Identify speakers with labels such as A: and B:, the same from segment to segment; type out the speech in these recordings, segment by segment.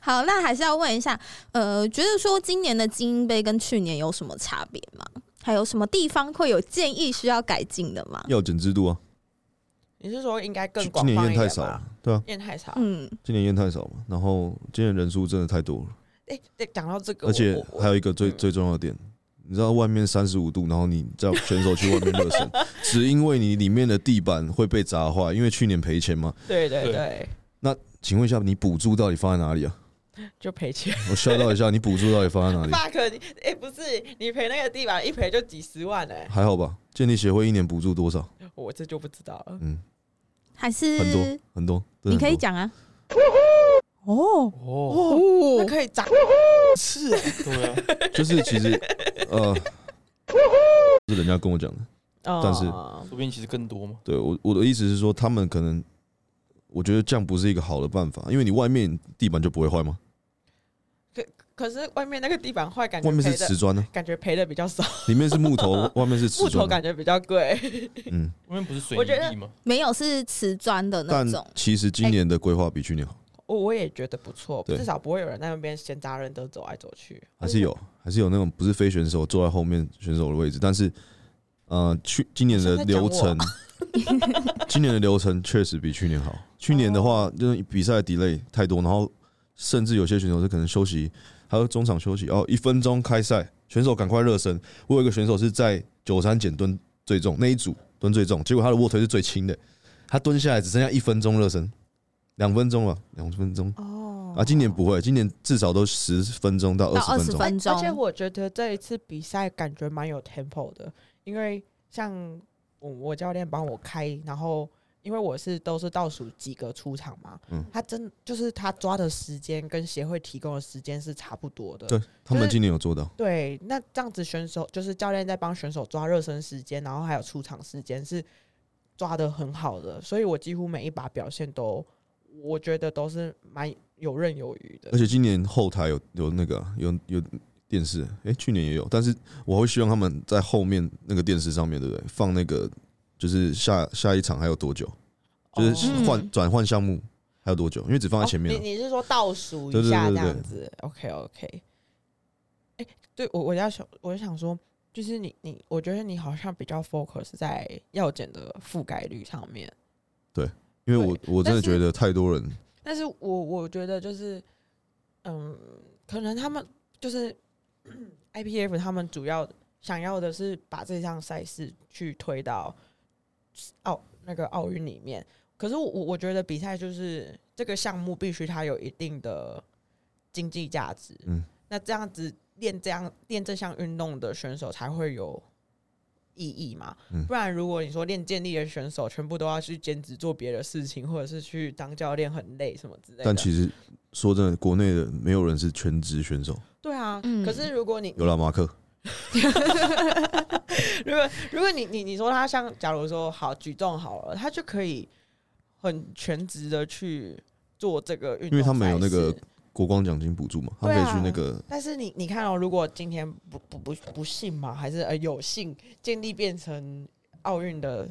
A: 好，那还是要问一下，呃，觉得说今年的精英杯跟去年有什么差别吗？还有什么地方会有建议需要改进的吗？
B: 要整制度啊，
C: 你是说应该更
B: 今
C: 广
B: 今年
C: 泛
B: 宴
C: 一
B: 太
C: 点
B: 少
C: 吧？
B: 了，对啊，
C: 宴太少。
A: 嗯，
B: 今年宴太少嘛，然后今年人数真的太多了，
C: 哎、对，讲到这个，
B: 而且
C: 我我
B: 还有一个最
C: 嗯
B: 最重要的点。你知道外面三十五度，然后你叫选手去外面热 身，只因为你里面的地板会被砸坏，因为去年赔钱嘛。
C: 对对
D: 对
C: 对，
B: 请问一下，你补助到底放在哪里啊？
C: 就赔钱。
B: 我笑到一下，你补助到底放在 哪里？
C: fuck，你哎、不是你赔那个地板一赔就几十万哎、
B: 还好吧？建立协会一年补助多少？
C: 我这就不知道了。
B: 嗯，
A: 还
C: 嗯
A: 是
B: 很多很多。
A: 你
B: 真的很
A: 可以
B: 多
A: 讲啊。哦
D: 哦，
C: 哦，
A: 哦
C: 那，可以涨
D: 是啊， 对啊，
B: 就是其实呃，是人家跟我讲的。
C: 哦
B: 但是
D: 说不定其实更多嘛。
B: 对我我的意思是说，他们可能我觉得这样不是一个好的办法，因为你外面地板就不会坏吗？
C: 可是外面那个地板坏，感觉
B: 外面是
C: 赔的
B: 瓷砖呢、
C: 感觉赔的比较少，
B: 里面是木 头，外面是瓷
C: 木头
B: 砖啊、
C: 感觉比较贵。
B: 嗯，
D: 因为不是水
C: 我觉
D: 泥
C: 得
D: 地嘛，
A: 没有是瓷砖的那
B: 但
A: 种，
B: 其实
C: 哎
B: 今年的规划比去年好，
C: 我我也觉得不错，
B: 对
C: 至少不会有人在那边闲杂人等走来走去。
B: 还是有还是有那种不是非选手坐在后面选手的位置，但是呃，去今年的流 程，今年的流程确实比去年好。去年的话，就是比赛 delay 太多，然后甚至有些选手是可能休息，还有中场休息哦，一分钟开赛，选手赶快热身。我有一个选手是在九三减蹲最重那一组蹲最重，结果他的卧推是最轻的，他蹲下来只剩下一分钟热身，两分钟了，两分钟
C: 哦
B: 啊。今年不会，今年至少都十分钟到
A: 到
B: 二
A: 二
B: 十
A: 十
B: 分钟。
A: 分钟
C: 哎而，且我觉得这一次比赛感觉蛮有 tempo 的，因为像我我教练帮我开，然后因为我是都是倒数几个出场嘛，
B: 嗯
C: 他真就是他抓的时间跟协会提供的时间是差不多的，
B: 对他们今年有做到，
C: 对，那这样子选手就是教练在帮选手抓热身时间，然后还有出场时间是抓的很好的，所以我几乎每一把表现都，我觉得都是蛮游刃有余的
B: 而。且今年后台有有那个啊有有电视，诶，去年也有，但是我会希望他们在后面那个电视上面，对不对？放那个就是下下一场还有多久，就是
C: 哦
B: 换
A: 嗯
B: 转换项目还有多久，因为只放在前面啊
C: 哦
B: 了、
C: 你你是说倒数
B: 对
C: 一
B: 对
C: 下
B: 对
C: 这
B: 对
C: 样子？OK OK。哎、对我我要想，我就想说，就是你你，我觉得你好像比较 focus 在药检的覆盖率上面，
B: 因为我我真的觉得太多人
C: 但是我我觉得就是，嗯，可能他们就是 嗯 IPF 他们主要想要的是把这项赛事去推到奥那个奥运里面。可是我我我觉得比赛就是这个项目必须它有一定的经济价值，
B: 嗯，
C: 那这样子练这样练这项运动的选手才会有意义嘛。
B: 嗯
C: 不然如果你说练健力的选手全部都要去兼职做别的事情，或者是去当教练很累什么之类的，
B: 但其实说真的，国内的没有人是全职选手，
C: 对啊，
A: 嗯
C: 可是如果你
B: 有啦，马克，
C: 如果如果你你你说他像，假如说好举重好了，他就可以很全职的去做这个运动，
B: 因为他们有那个，国光奖金补助嘛，他
C: 啊
B: 可以去那个。
C: 但是你你看哦，如果今天不不不不幸嘛，还是呃有幸建立变成奥运的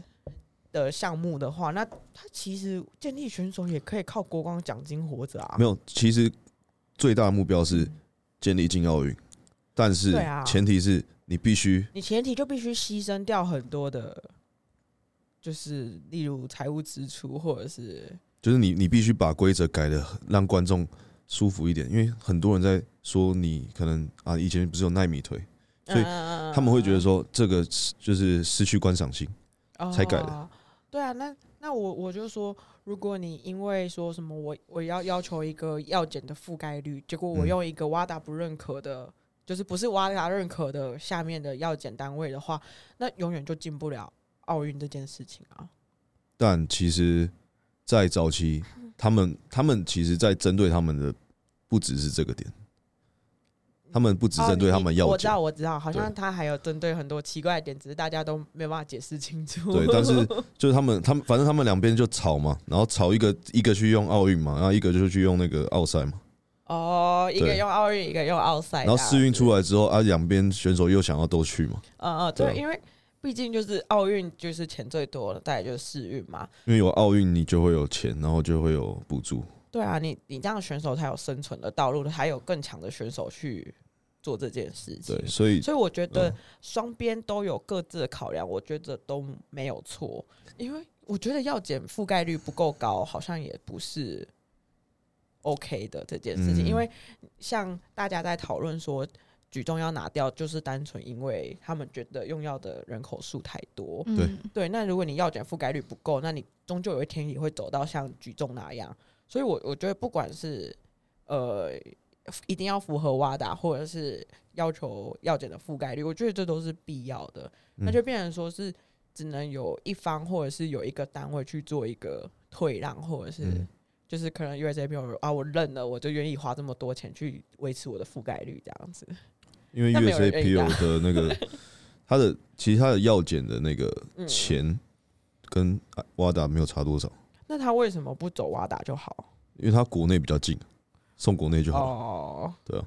C: 的项目的话，那他其实建立选手也可以靠国光奖金活着啊
B: 没。有，其实最大的目标是建立进奥运，但是
C: 对啊
B: 前提是你必须
C: 你前提就必须牺牲掉很多的，就是例如财务支出或者是
B: 就是你你必须把规则改的让观众舒服一点，因为很多人在说你可能啊以前不是有奈米推，所以
C: 嗯
B: 他们会觉得说这个是就是失去观赏性，才改的
C: 哦对啊，那那我我就说，如果你因为说什么我我要要求一个药检的覆盖率，结果我
B: 嗯
C: 用一个 WADA 不认可的，就是不是 WADA 认可的下面的药检单位的话，那永远就进不了奥运这件事情啊。
B: 但其实，在早期他们他们其实在针对他们的不只是这个点，他们不只针对
C: 哦
B: 他
C: 你
B: 们要
C: 我知
B: 件
C: 道，我知道，好像
B: 对
C: 他还有针对很多奇怪的点，只是大家都没有办法解释清楚。
B: 对，但是就是他们，他们反正他们两边就吵嘛，然后吵一个一个去用奥运嘛，然后一个就是去用那个奥赛嘛，
C: 哦，一个
B: 对
C: 用奥运，一个用奥赛，啊
B: 然后试运
C: 来。
B: 出来之后啊，两边选手又想要都去嘛，
C: 嗯嗯，
B: 对
C: 对，
B: 啊
C: 因为毕竟就是奥运就是钱最多了，再来就是世运嘛。
B: 因为有奥运你就会有钱，然后就会有补助，
C: 对啊，你你这样的选手才有生存的道路，才有更强的选手去做这件事情。
B: 对，所以
C: 所以我觉得
B: 嗯
C: 双边都有各自的考量，我觉得都没有错，因为我觉得药检覆盖率不够高，好像也不是 OK 的这件事情，
B: 嗯
C: 因为像大家在讨论说。举重要拿掉，就是单纯因为他们觉得用药的人口数太多，
B: 哦对
A: 嗯，
C: 对，那如果你药检覆盖率不够，那你终究有一天也会走到像举重那样。所以我，我觉得不管是呃，一定要符合挖达，或者是要求药检的覆盖率，我觉得这都是必要的。那
B: 嗯
C: 就变成说是只能有一方，或者是有一个单位去做一个退让，或者是、
B: 嗯
C: 就是可能 USAP 啊，我认了，我就愿意花这么多钱去维持我的覆盖率这样子。
B: 因为
C: 但没有人愿意
B: USAPO 的那个它的其实它的药检的那个
C: 嗯
B: 钱跟瓦达没有差多少，
C: 那他为什么不走挖达就好？
B: 因为它国内比较近，送国内就好了。
C: 哦，
B: 对啊。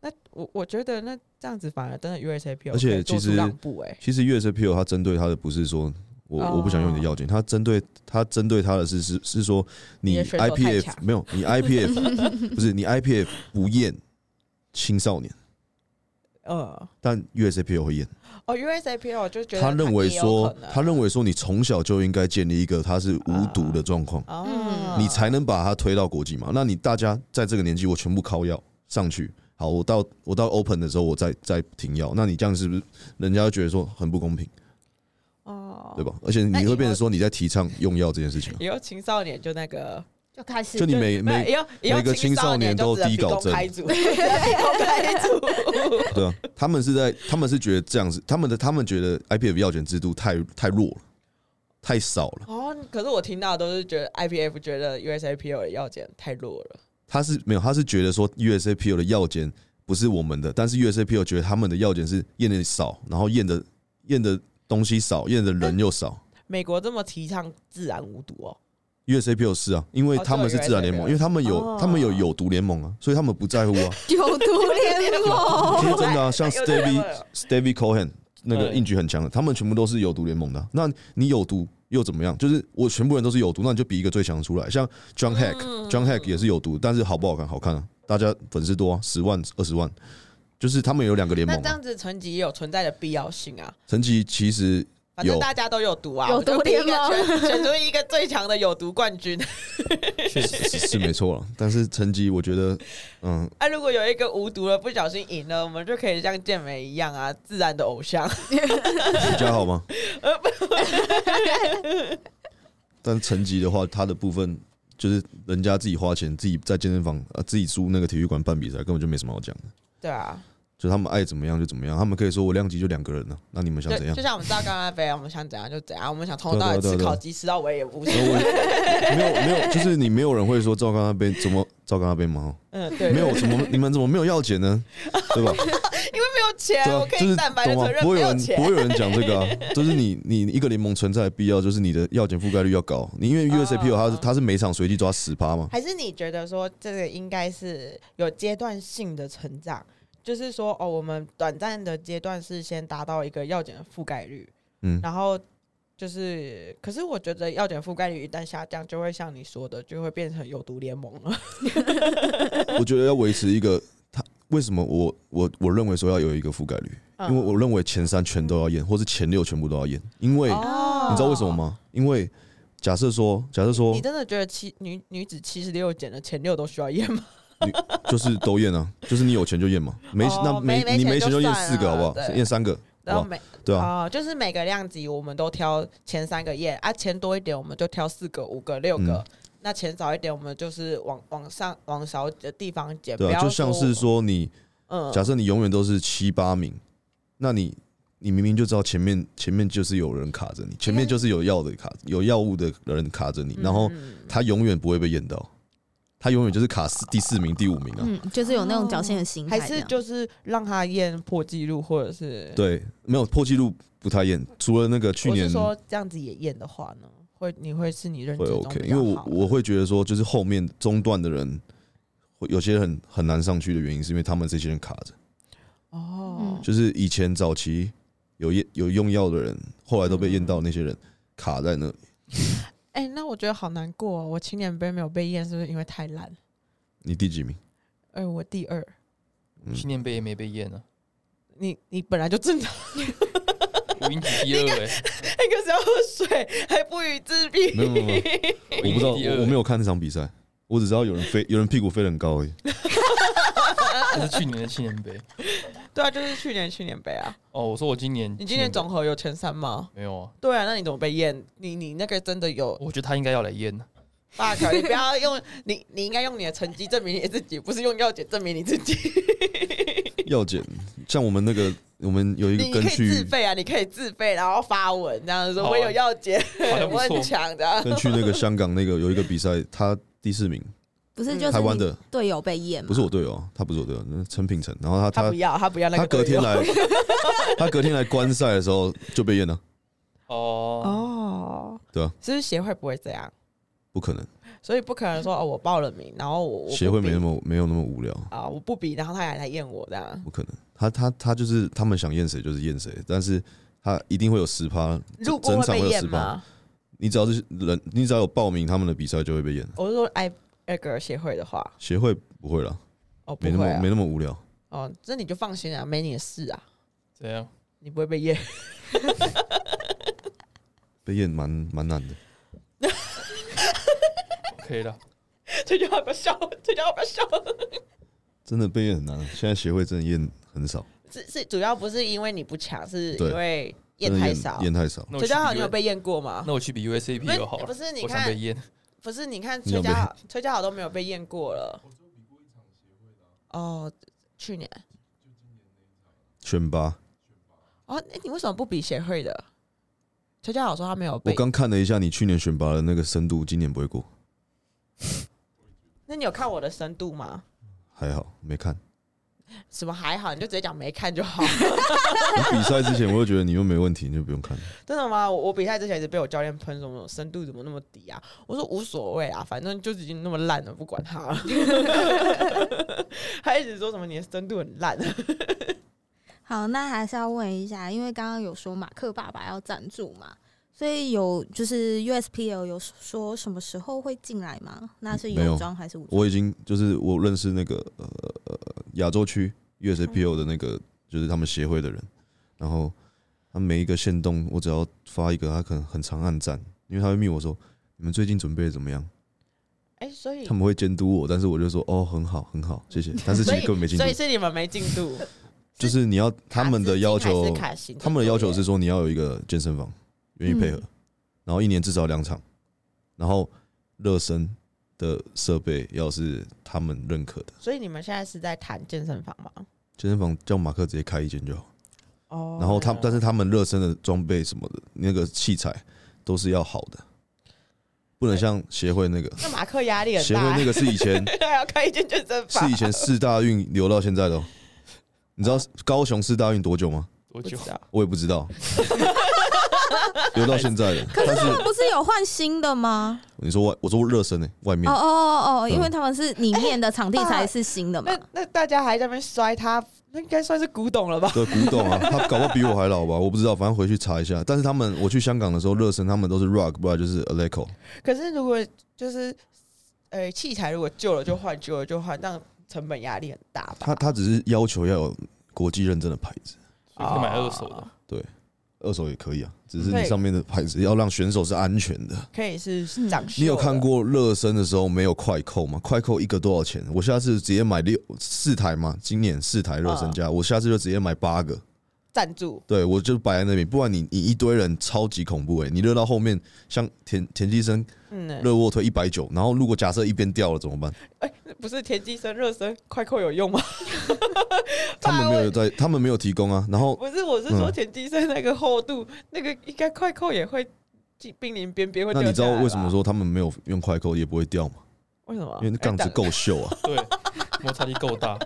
C: 那我我觉得那这样子反而真的 USAP，
B: 而且其实
C: 让步哎、
B: 其实 USAPO 它针对它的不是说我、
C: 哦
B: 我不想用你的药检，它针对它针对它的是是是说你
C: 你的选手太
B: IPF
C: 强
B: 没有你 IPF
A: 嗯
B: 不是你 IPF 不验青少年，
C: 嗯，
B: 但 USAPO 会验。
C: 哦 USAP 我就觉得
B: 他认为
C: 也有
B: 说
C: 可，能嗯
B: 他认为说，你从小就应该建立一个他是无毒的状况，
C: 哦，
B: 你才能把它推到国际嘛。那你大家在这个年纪，我全部靠药上去，好，我到我到 Open 的时候，我再再停药，那你这样是不是人家会觉得说很不公平，
C: 哦
B: 对吧？而且你
C: 那以
B: 会
C: 后
B: 变成说你在提倡用药这件事情啊，
C: 以后青少年就那个，
A: 就开始
B: 就你
C: 就
B: 每
C: 不是
B: 每
C: 以后以后
B: 每个青
C: 青
B: 少年
C: 年
B: 都
C: 就只能
B: 低
C: 提
B: 搞
C: 供
B: 症
C: 开组， 只能提供开组，
B: 对啊，他们是在他们是觉得这样子，他们的他们觉得 IPF 药检制度太太弱了，太少了。
C: 哦，可是我听到的都是觉得 IPF 觉得 USAP 的药检哦太弱了，
B: 他是没有，他是觉得说 USAPO 的药检不是我们的，但是 USAPO 觉得他们的药检是验的少，然后验的验的东西少，验的人又少。
C: 美国这么提倡自然无毒哦，
B: USAPO 是啊，因为他们是自然联盟，
C: 哦
B: 因
C: 对有 USAPL
B: 为他们有
C: 哦
B: 他们有有毒联盟啊，所以他们不在乎 啊。
A: 有毒联 盟，
B: 其实真的啊，像
C: 有毒联
B: Stevie
C: 盟
B: Stevie Cohen 那个
D: 嗯
B: 硬举很强的，他们全部都是有毒联盟的啊、那你有毒又怎么样？就是我全部人都是有毒，那你就比一个最强出来。像
C: 嗯
B: John Hack、John Hack 也是有毒，但是好不好看？好看啊，大家粉丝多啊，十万二十万，就是他们有两个联
C: 那
B: 盟、
C: 这
B: 啊
C: 样。子成绩也有存在的必要性啊。
B: 成绩其实
C: 反正
B: 有
C: 大家都有毒啊，
A: 有
C: 我就
A: 毒
C: 第一个
A: 联盟
C: 选 选出一个最强的有毒冠军。
D: 确实
B: 是是没错了， 但是成绩我觉得，嗯，
C: 啊，如果有一个无毒的不小心赢了，我们就可以像健美一样啊，自然的偶像。
B: 比较好吗？但成绩的话，他的部分就是人家自己花钱，自己在健身房啊，自己租那个体育馆办比赛，根本就没什么好讲的。
C: 对啊，
B: 就他们爱怎么样就怎么样，他们可以说我量级就两个人呢、那你们想
C: 就
B: 怎样
C: 就？像我们知道刚刚飞，我们想怎样就怎样，我们想从头
B: 对啊
C: 到尾
B: 对啊
C: 吃
B: 对啊
C: 烤鸡吃到尾也无所
B: 然
C: 谓。
B: 后我没有没有，就是你没有人会说赵刚那边怎么赵刚那边吗？
C: 嗯，对，
B: 没有
C: 对
B: 怎么你们怎么没有药检呢？对吧？
C: 没有钱，
B: 对
C: 我
B: 啊，
C: 可
B: 就
C: 以
B: 是
C: 坦白的
B: 懂吗
C: 承？认
B: 不会
C: 没
B: 有
C: 有
B: 人
C: 钱
B: 不。会有人讲这个啊， 就是你你你一个联盟存在的必要，就是你的药检覆盖率要高。你因为
C: 哦
B: USAPO 它是它是每场随机抓十趴嘛，
C: 还是你觉得说这个应该是有阶段性的成长，就是说哦，我们短暂的阶段是先达到一个药检的覆盖率，
B: 嗯，
C: 然后就是，可是我觉得药检覆盖率一旦下降，就会像你说的，就会变成有毒联盟了。
B: 嗯我觉得要维持一个它为什么我我我认为说要有一个覆盖率，
C: 嗯
B: 因为我认为前三全都要验，或是前六全部都要验，因为
C: 哦
B: 你知道为什么？吗？因为假设说假设说
C: 你真的觉得七女女子七十六减的前六都需要验吗？
B: 就是都验啊，就是你有钱就验嘛，没
C: 哦
B: 那
C: 没没
B: 你
C: 钱
B: 没
C: 就
B: 钱就验
C: 算
B: 四个
C: 了
B: 好不好？
C: 对
B: 验三个
C: 然
B: 好
C: 后
B: 不好？
C: 每
B: 对啊，
C: 哦，就是每个量级我们都挑前三个验啊，钱多一点我们就挑四个、五个、六个，
B: 嗯
C: 那钱少一点我们就是往往上往少的地方减。
B: 对
C: 不
B: 啊，
C: 要
B: 就像
C: 我
B: 是
C: 们
B: 说你。
C: 嗯
B: 假设你永远都是七八名，那你你明明就知道前面前面就是有人卡着你，前面就是有药的卡有药物的人卡着你，然后
C: 嗯嗯
B: 他永远不会被验到，他永远就是卡四第四名第五名啊。
A: 嗯，就是有那种侥幸的心态
C: 嗯还
A: 这
C: 是
A: 样，
C: 就是让他验破纪录，或者是，
B: 对，没有破纪录不太验，除了那个去
C: 我
B: 年
C: 是说这样子也验的话呢，会你会是你认知
B: 会
C: 中
B: OK，
C: 比
B: 因为
C: 较
B: 我
C: 好的
B: 我会觉得说，就是后面中段的人，会有些很很难上去的原因，是因为他们这些人卡着，
C: 哦
A: 嗯，
B: 就是以前早
C: 嗯
B: 期有验有用药的人，后来都被验到那些人卡在那里。
C: 哎、哎、那我觉得好难过、哦，我青年杯没有被验，是不是因为太烂？
B: 你第几名？
C: 哎，我第二，
B: 嗯
D: 青年杯也没被验啊，
C: 你你本来就正常，
D: 我赢第二哎，
C: 那个时候喝水还不予置 评，
B: 没有没有没 有我不知道，我我没有看那场比赛，我只知道有人飞，有人屁股飞得很高而 已。
D: 那是去年的青年杯。
C: 对啊，就是去年去年杯啊，
D: 哦，我说我今年
C: 你今年
D: 青杯
C: 总和有前三吗？
D: 没有啊？
C: 对啊，那你怎么被验？你你那个真的有
D: 我觉得他应该要来验啊，
C: 大条，你不要用 你，你应该用你的成绩证明你自己，不是用药检证明你 自己。
B: 药检，像我们那个，我们有一个
C: 你
B: 根
C: 可以自
B: 据
C: 费啊，你可以自费，然后发文这样子说，
D: 好啊
C: 我有药检，
D: 好像
C: 我
D: 不
C: 很
D: 错。
C: 强 的。
B: 根据那个香港那个有一个比赛，他第四名，
A: 不是
C: 嗯
A: 就是
B: 台湾
A: 你
B: 的
A: 队友被验吗？
B: 不是我队友啊，他不是我队友，那是陈品成。然后他
C: 他不
B: 他
C: 要，他不要那个。
B: 他隔天。来， 他隔天来观赛的时候就被验了，
D: 哦，
C: 哦，
B: 对啊，
C: 是不是协会不会这样？
B: 不可能，
C: 所以不可能说哦，我报了名，然后我我不
B: 协会没
C: 比
B: 那么没有那么无聊，
C: 啊，我不比，然后他还来验我这样。
B: 不可能。他他他就是他们想验谁就是验谁，但是他一定会有十趴，
C: 路过
B: 整
C: 会
B: 场
C: 被
B: 会有
C: 验
B: 十趴。
C: 吗？
B: 你只要是人，你只要有报名他们的比赛就会被验。
C: 我是说，哎，那个协会的话，
B: 协会不会啦，
C: 哦，不
B: 没那么、
C: 会啊
B: 没那么无聊。
C: 哦，这你就放心啊，没你的事啊，
D: 怎样？
C: 你不会被验。
B: 被验蛮蛮难的，
D: 可以了，
C: 这句话不要笑，这句话不要笑。
B: 真的被验很难。啊现在协会真的验很少，
C: 是是，主要不是因为你不强，是
B: 对
C: 因为验
B: 真的
C: 太
B: 验
C: 少。
B: 验太少。
D: 那我
C: 崔
D: 去
C: 家豪，
D: 比
C: 你有
D: U-
C: 被验过吗？
D: 那我去比 USAP 就好
C: 不
D: 了。
C: 是，你
D: 我想被
C: 看，
D: 验，
C: 不是，你看
B: 你
C: 崔
B: 有
C: 家
B: 被
C: 豪，崔家豪都没有被验过了。哦，去年
B: 选拔，
C: 哦，那你为什么不比协会的？崔家豪说他没有
B: 我
C: 被，
B: 刚看了一下你去年选拔的那个深度，今年不会过，
C: 那你有看我的深度吗？
B: 还好没看。
C: 什么还好，你就直接讲没看就好。
B: 你比赛之前我就觉得你又没问题，你就不用看。
C: 真的吗？我我比赛之前一直被我教练喷什么深度怎么那么低啊？我说无所谓啊，反正就已经那么烂了，不 管他了。他一直说什么你的深度很烂，
A: 好，那还是要问一下，因为刚刚有说马克爸爸要赞助嘛，所以有就是 USPL 有说什么时候会进来吗？那是
B: 没
A: 有
B: 有
A: 装还是无装？
B: 我已经就是我认识那个呃呃亚洲区 USAPO 的那个就是他们协会的人，然后他每一个线动我只要发一个，他可能很常按赞，因为他会密我说你们最近准备得怎么样，
C: 哎、所以
B: 他们会监督我，但是我就说哦很好很好 谢谢，但是其
C: 所
B: 实
C: 以
B: 根本没进度
C: 所以，是你们没进度。
B: 就是你要他们的要
C: 卡资金还
B: 求
C: 是，卡行程
B: 他们的要求是说你要有一个健身房愿意配合
A: 嗯，
B: 然后一年至少两场，然后热身的设备要是他们认可的。
C: 所以你们现在是在谈健身房吗？
B: 健身房叫马克直接开一间就好。
C: 哦
B: 然后他，但是他们热身的装备什么的，那个器材都是要好的，不能像协会那个。
C: 那马克压力很
B: 协会
C: 大、
B: 那个是以前
C: 他要开一间健身房，
B: 是以前四大运留到现在的、哦，你知道高雄四大运多久吗？
D: 多
C: 不知
D: 久？
C: 道
B: 我也不知 道，留到现在的。
A: 可
B: 但
A: 是他们
B: 是
A: 不是有换新的吗？
B: 你说外，我说热身呢、外面
A: 哦哦哦哦，
B: 嗯
A: 因为他们是里面的 场地才是新的嘛
C: 那。那大家还在那边摔他，那应该算是古董了吧？
B: 的古董啊，他搞不好比我还老吧，我不知道，反正回去查一下。但是他们，我去香港的时候热身，他们都是 rock，不然就是 electro。
C: 可是如果就是呃器材如果旧了就换，旧了就换，那成本压力很大吧？
B: 他他只是要求要有国际认证的牌子，
D: 所以可以买二手
C: 哦
D: 的，
B: 二手也可以啊，只是
C: 对
B: 你上面的牌子要让选手是安全的。
C: 可以是长袖的
B: 嗯你有看？过热身的时候没有快扣吗？快扣一个多少钱？我下次直接买六四台嘛，今年四台热身
C: 嗯
B: 加，我下次就直接买八个。
C: 赞助？
B: 对，我就摆在那边，不然你你一堆人超级恐怖哎、你热到后面像田田鸡生
C: 嗯，
B: 热卧推一百九，然后如果假设一边掉了怎么办？
C: 不是田鸡生热身快扣 有用吗？
B: 他们没有在，他们没有提供啊。然后
C: 不是，我是说
B: 嗯
C: 田鸡生那个厚度，那个应该快扣也会进濒临边边会。
B: 那你知道为什么？说他们没有用快扣也不会掉吗？
C: 为什么？
B: 因为那杠子
C: 哦哎
B: 够秀 啊。
D: 对，摩擦力够大，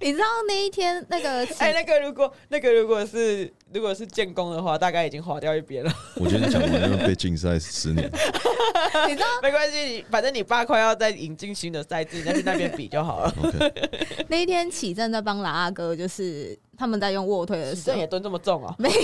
A: 你知道那一天那个起
C: 哎、那个如果那个如果是如果是建工的话，大概已经划掉一边了。
B: 我今天讲完要被禁赛十年。
A: 你知道
C: 没关系，你反正你爸快要再引 进 新的赛制，你再去那边比就好了。
B: OK，
A: 那一天启正在帮拉阿哥就是他们在用卧推的
C: 史
A: 时
C: 正也
A: 候，
C: 蹲呃这么重哦，
A: 没啊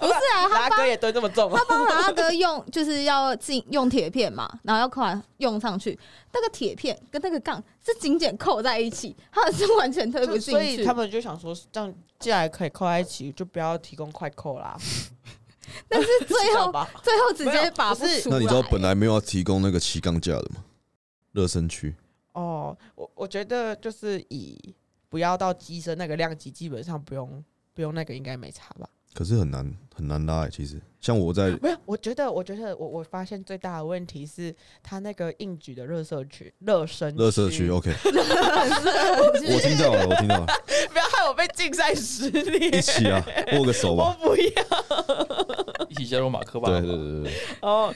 A: 不是啊，
C: 拉
A: 他
C: 哥也蹲这么重哦
A: 他，帮老大哥用就是要进用铁片嘛，然后要快用上去，那个铁片跟那个杠是紧紧扣在一起，他是完全推不
C: 就
A: 进去。
C: 所以他们就想说，这样既然可以扣在一起，就不要提供快扣啦，
A: 但是 最
C: 知道
A: 后
C: 吧？
A: 最后直接拔不
C: 没有
A: 出
C: 不是
A: 来。
B: 那你知道本来没有要提供那个骑杠架的吗？热身区
C: 哦，我我觉得就是以不要到机身那个量级，基本上不用不用那个应该没差吧？
B: 可是很难很难拉哎、其实像我在
C: 没有，我觉得我觉得我我发现最大的问题是他那个硬举的热射区热身
B: 热社区哦 OK，
A: 是
B: 我听到了，我 听到了，
C: 不要害我被竞赛失利
B: 一，起啊，握个手
C: 我
B: 吧。
C: 不要。
D: 一起加入马克吧。
B: 对对对对对，
C: 哦，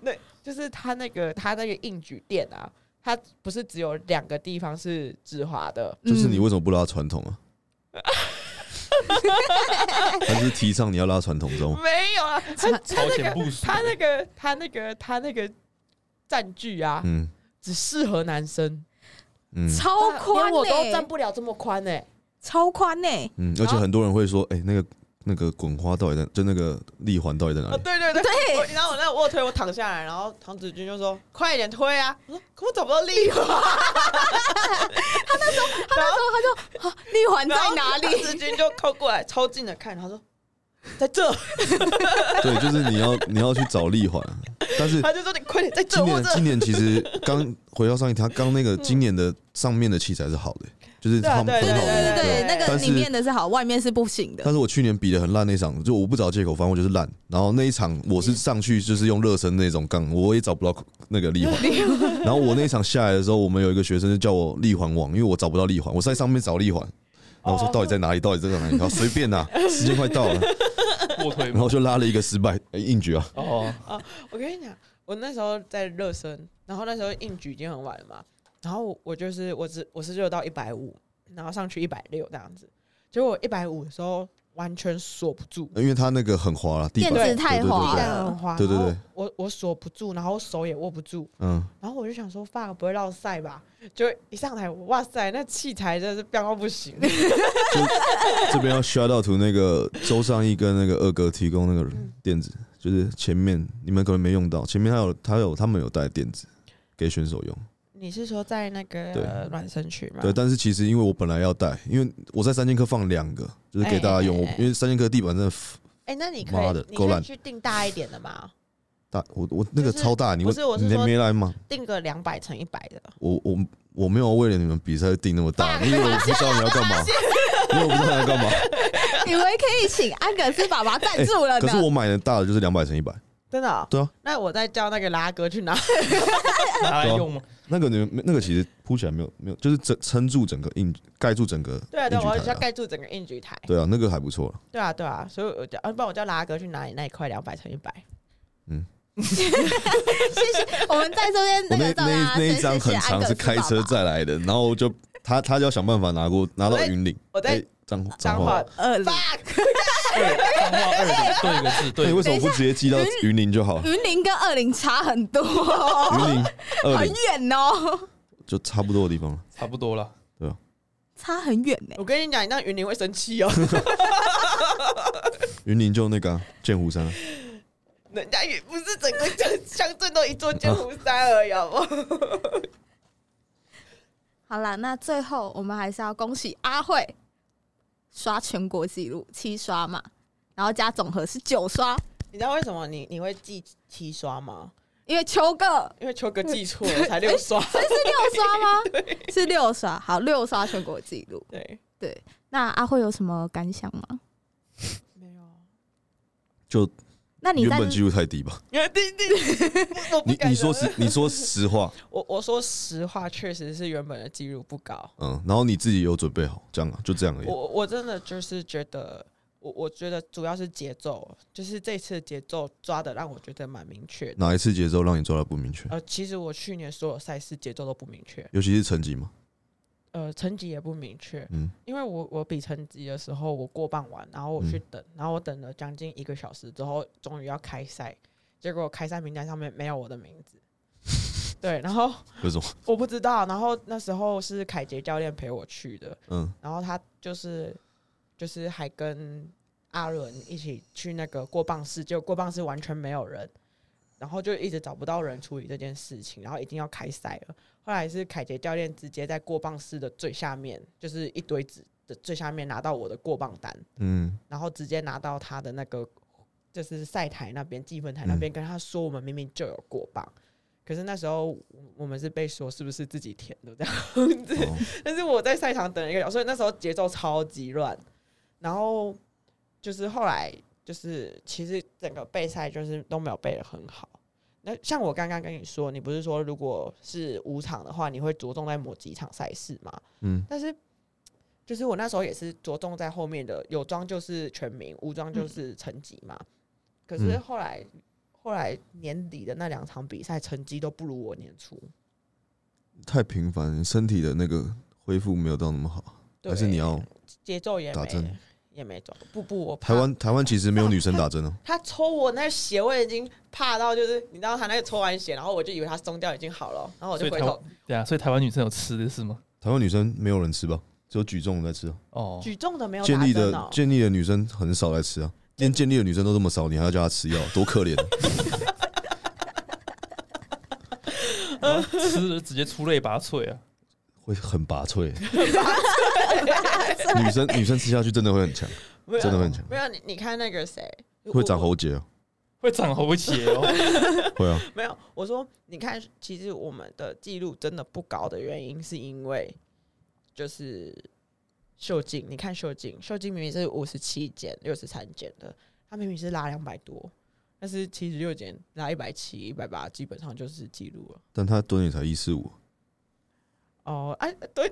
C: 那就是他那个他那个硬举垫啊，它不是只有两个地方是直滑的，
B: 就是你为什么不拉传统啊？
A: 嗯
B: 他就是提倡你要拉传统中，
C: 没有啊，他他
D: 超
C: 那个
D: 前部署，
C: 他那个他那个他那个站距啊，
B: 嗯
C: 只适合男生，
B: 嗯
A: 超宽
C: 连我都
A: 欸
C: 站不欸了这么宽欸呢、
A: 超宽呢、
B: 嗯，而且很多人会说，哎、那个那个滚花到底在，就那个力环到底在哪
C: 啊，
B: 里？
C: 对对对，
A: 对
C: 我然后我那个卧推，我躺下来，然后唐子君就说：“快一点推啊！”我说：“可我找不到力啊。
A: 他那时候他就、啊、力”环
C: 然
A: 在
C: 后
A: 哪
C: 唐
A: 里？
C: 子君就靠过来，超近的看，他说：“在这。
B: 对，就是你要你要去找力环，啊 但”是
C: 他就说：“你快点，在这
B: 今
C: 或
B: 年
C: 者
B: 今年其实刚回到上一题，他刚那个今年的上面的器材是好的、就是
C: 对啊
B: 他们
C: 对
B: 很
A: 嗯
B: 好
A: 对
B: 的。
A: 对，
C: 对
A: 那个
B: 但是
A: 里面的是好，外面是不行的。
B: 但是我去年比的很烂那一场，就我不找借口，反正我就是烂。然后那一场我是上去就是用热身那种杠，我也找不到那个力环。然后我那一场下来的时候，我们有一个学生就叫我力环王，因为我找不到力环，我在上面找力环。然后我说
C: 哦
B: 到底在哪里？到底在哪里？然后随便啦、时间快到了，
D: 卧推
B: 然
D: 吗
B: 后？就拉了一个失败、哎硬举啊，
D: 哦，
C: 我跟你讲，我那时候在热身，然后那时候硬举已经很晚了嘛，然后我就是我只我是热到一百五，然后上去一百六这样子，结果一百五的时候完全锁不住，
B: 因为他那个很滑了，地
A: 垫
B: 板
A: 子太滑
B: 对对对对
A: 了，
C: 花
B: 对对对，
C: 然后我我锁不住，然后我手也握不住，
B: 嗯，
C: 然后我就想说，发不会落赛吧？就一上台，哇塞，那器材真的是飙到不行，
B: 这边要 shout out to 那个周尚义跟那个二哥提供那个垫子，就是前面你们可能没用到，前面他有他有他们有带垫子给选手用，
C: 你是说在那个
B: 对
C: 呃暖身区吗？
B: 对，但是其实因为我本来要带，因为我在三剑客放两个，就是给大家用，
C: 哎
B: 我
C: 哎哎
B: 因为三剑客地板真的
C: 哎、那你可
B: 妈的
C: 以，你
B: 够
C: 可以
B: 烂
C: 去定大一点的嘛，
B: 大，我我那个
C: 就是
B: 超大，你
C: 不是我是
B: 你还
C: 说
B: 没来吗？
C: 定个两百乘一百的。
B: 我我我没有为了你们比赛定那么大，你以为我不知道你要干 嘛？你以为我不知道你要干嘛？
A: 以为可以请
C: 啊
A: 安格斯爸爸赞助了
B: 可
A: 呢
B: 是。我买的大的就是两百乘一百，
C: 真的哦、
B: 对啊
C: 那我再叫那个拉哥去拿。
D: 拿来用吗？
B: 那个你们那个其实铺起来没有没有，就是整撑住整个硬盖住整个
C: 对啊，
B: 硬
C: 对啊，我要
B: 举台
C: 要
B: 啊。
C: 盖住整个硬举台。
B: 对啊，那个还不错了。
C: 对啊，对啊，所以我叫，啊、不然我叫拉哥去拿你那一块两百乘一百。
A: 我们在中间
B: 我
A: 那
B: 那
A: 个照
C: 啊
B: 那
A: 片，
B: 那一张很长是开车载来的，然后就他他就要想办法拿过拿到云岭。
C: 我在
B: 哎彰
C: 彰
B: 彰
C: 化
B: 化，
A: 二零
D: 脏话二零对一个
B: 那
D: 字，
B: 你
D: 对一个
B: 哎为
D: 字，
B: 什么不直接寄到云林就
C: 哦
B: 好？
A: 云林跟二零差很多，
B: 云林二
A: 很
B: 零
A: 远哦，
B: 就差不多的地方了。
D: 差不多了。
A: 差很远呢、
C: 我跟你讲，你那云林会生气哦，
B: 云林就那个啊剑湖山啊，
C: 人家也不是整个乡 乡镇都一座剑
B: 啊
C: 湖山而已，好不好？
A: 好啦，那最后我们还是要恭喜阿慧刷全国纪录七刷嘛，然后加总和是九刷，
C: 你知道为什么你你会记七刷吗？
A: 因为秋哥
C: 因为秋哥记错 了，才六刷。
A: 是六刷 吗？是六刷，好，六刷全国纪录。
C: 对，
A: 那阿慧有什么感想吗？
C: 没有。啊
B: 就
A: 那你
B: 原
A: 在
B: 本记录太低吧？
C: 你看，弟弟， 我我不
B: 你
C: 敢
B: 你说
C: 讲
B: 实你说实话，
C: 我我说实话，确实是原本的记录不高。
B: 嗯，然后你自己有准备好，这样啊，就这样而已。
C: 我我真的就是觉得，我我觉得主要是节奏，就是这次节奏抓的让我觉得蛮明确的。
B: 哪一次节奏让你抓的不明确？
C: 呃，其实我去年所有赛事节奏都不明确，
B: 尤其是成绩嘛，
C: 呃，成绩也不明确，
B: 嗯，
C: 因为我我比成绩的时候，我过傍晚，然后我去
B: 嗯
C: 等，然后我等了将近一个小时之后，终于要开赛，结果开赛名单上面没有我的名字， 对，然后
B: 为什么？
C: 我不知道，然后那时候是凯杰教练陪我去的，
B: 嗯，
C: 然后他就是就是还跟阿伦一起去那个过磅室，就过磅室完全没有人，然后就一直找不到人处理这件事情，然后一定要开赛了。后来是凯杰教练直接在过磅室的最下面，就是一堆纸的最下面拿到我的过磅单，
B: 嗯，
C: 然后直接拿到他的那个就是赛台那边、积分台那边，跟他说我们明明就有过磅，可是那时候我我们是被说是不是自己填的这样子，
B: 哦，
C: 但是我在赛场等了一个小时，所以那时候节奏超级乱。然后就是后来就是其实整个备赛就是都没有备的很好。那像我刚刚跟你说，你不是说如果是五场的话，你会着重在某几场赛事吗？
B: 嗯，
C: 但是就是我那时候也是着重在后面的，有装就是全名，无装就是成绩嘛。可是
B: 嗯
C: 后来后来年底的那两场比赛成绩都不如我年初，
B: 太频繁，身体的那个恢复没有到那么好，
C: 对
B: 还是你要
C: 节奏也
B: 打针
C: 没也没走，不不，我怕
B: 台湾台湾其实没有女生打针哦，
C: 他抽我那血，我已经怕到就是你知道他那个抽完血，然后我就以为他松掉已经好了，然后我就
D: 所以
C: 回
D: 台湾
C: 头
D: 对啊，所以台湾女生有吃的是吗？
B: 台湾女生没有人吃吧，只有举重在吃哦，
D: 哦，
C: 举重的没有
B: 健
C: 打
B: 力
C: 针
B: 的
C: 哦，
B: 健力的女生很少来吃啊，连健力的女生都这么少，你还要叫她吃 药，多可怜啊！
D: 然后啊吃了直接出类拔萃啊！
B: 会很拔萃，女生女生吃下去真的会很强，
C: 没有
B: 真的会很强，
C: 没有你你看那个谁
B: 会长
C: 我
B: 喉结哦，
D: 会长喉结哦，
B: 会啊，
C: 没有，我说你看，其实我们的记录真的不高的原因，是因为就是秀静，你看秀静，秀静明明是五十七减六十三减的，她明明是拉两百多，但是七十六减拉一百七、一百八，基本上就是记录了。
B: 但她蹲也才一四五，
C: 哦，哎、对，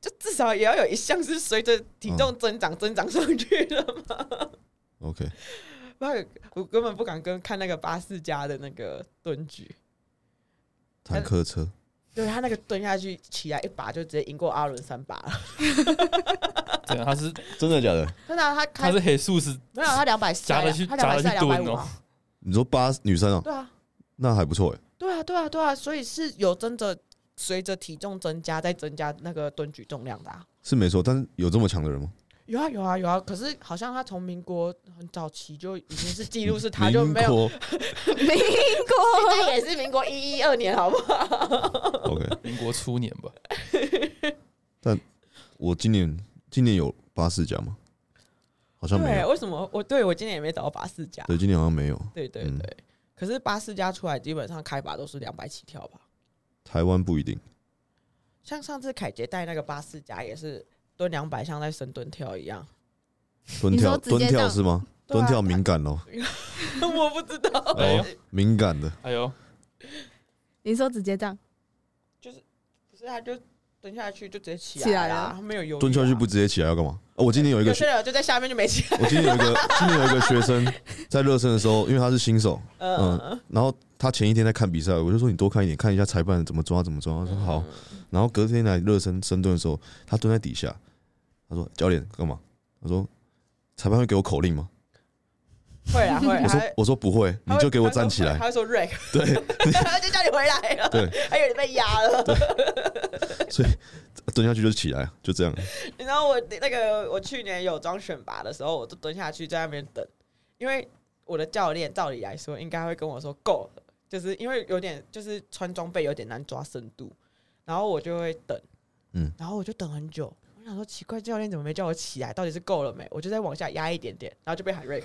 C: 就至少也要有一项是随着体重增长、增长上去的嘛。
B: OK，
C: 不然我根本不敢跟看那个八四加的那个蹲举，
B: 坦克车，
C: 对他那个蹲下去起来一把就直接赢过阿伦三把了。
D: 对啊，他是
B: 真的假的？
C: 真的啊、他
D: 他
C: 开
D: 是黑素是
C: 没有他两百四，
D: 夹着去
C: 他两百四
D: 夹着去哦
C: 两百
D: 蹲
C: 五
D: 哦
C: 啊，
B: 你说八女生啊，
C: 对啊，
B: 那还不错哎，
C: 对啊，对啊，对啊，所以是有真的随着体重增加在增加那个蹲举重量的、啊。
B: 是没错，但是有这么强的人吗？
C: 有啊有啊有啊，可是好像他从民国很早期就已经是记录，是他
B: 民
C: 就
B: 国
C: 没有，
A: 民国
C: 那也是民国一一二年，好不好？
B: OK，
D: 民国初年吧？
B: 我今年今年有八四加吗？好像没嗯
C: 对，
B: 有，
C: 为什么我对我今年也没找到八四加？
B: 对，今年好像没有。
C: 对对
B: 嗯
C: 对，可是八四加出来基本上开把都是两百起跳吧？
B: 台湾不一定，
C: 像上次凯杰带那个八四加也是蹲两百，像在深蹲跳一样。
B: 蹲
A: 你
B: 跳
A: 说直接
B: 蹲
A: 这
B: 跳
A: 样
B: 是吗？
C: 对啊
B: 蹲跳敏感哦，
C: 我不知道，
D: 哎呦
B: 哦，敏感的，
D: 哎呦，
A: 你说直接这样，
C: 不是他就蹲下去就直接起
A: 起来
C: 来啦，
A: 了
C: 他没有犹豫啊。
B: 蹲下去不直接起来要干嘛？哦，我今年有一个
C: 有
B: 学
C: 些，人就在下面就没起来。
B: 我今年有一个，今年有一个学生在热身的时候，因为他是新手，
C: 嗯，
B: 然后他前一天在看比赛，我就说你多看一点，看一下裁判怎么抓怎么抓。他说好，然后隔天来热身深蹲的时候，他蹲在底下，他说教练干嘛？我说裁判会给我口令吗？
C: 会啊会啊。
B: 嗯我说
C: 他会
B: 我说不会，你
C: 他会
B: 就给我站起来
C: 他。会说 “Rick”，
B: 对，
C: 就叫你回来了。
B: 对，
C: 还以为你被压了。
B: 所以蹲下去就起来，就这样。
C: 你知道我那个我去年有装选拔的时候，我就蹲下去在那边等，因为我的教练照理来说应该会跟我说够了，就是因为有点就是穿装备有点难抓深度，然后我就会等，
B: 嗯，
C: 然后我就等很久。我想说奇怪，教练怎么没叫我起来？到底是够了没？我就再往下压一点点，然后就被喊 r a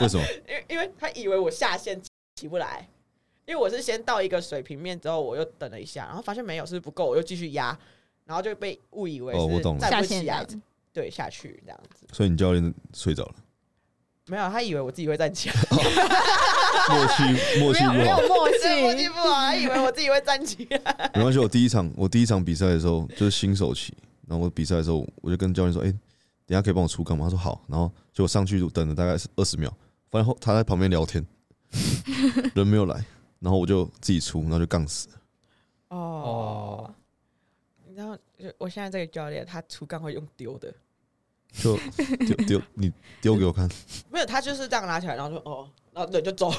B: 为什么？
C: 因为因为他以为我下线起不来，因为我是先到一个水平面之后，我又等了一下，然后发现没有，是不是不够，我又继续压，然后就被误以为
B: 哦我
C: 是
B: 懂了
C: 站
A: 下
C: 不
A: 线
C: 起
A: 这
C: 来
A: 样，
C: 对下去这样子。
B: 所以你教练睡 着了，
C: 没有，他以为我自己会站起来，
B: 默契默契
A: 没
B: 不
A: 有
B: 好。
A: 默
C: 我真的默
A: 契
C: 契，不好，他以为我自己会站起 来。
B: 没关系，我第一场我第一场比赛的时候就是新手期，然后我比赛的时候我就跟教练说：“哎、等一下可以帮我出杠吗？”他说：“好。”然后就上去等了大概二十秒，发现后他在旁边聊天，人没有来，然后我就自己出，然后就杠死了。
D: 哦，
C: 你知道，就我现在这个教练，他出杠会用丢的，
B: 就丢丢你丢给我看，
C: 没有，他就是这样拿起来，然后说哦，然后对就走 了。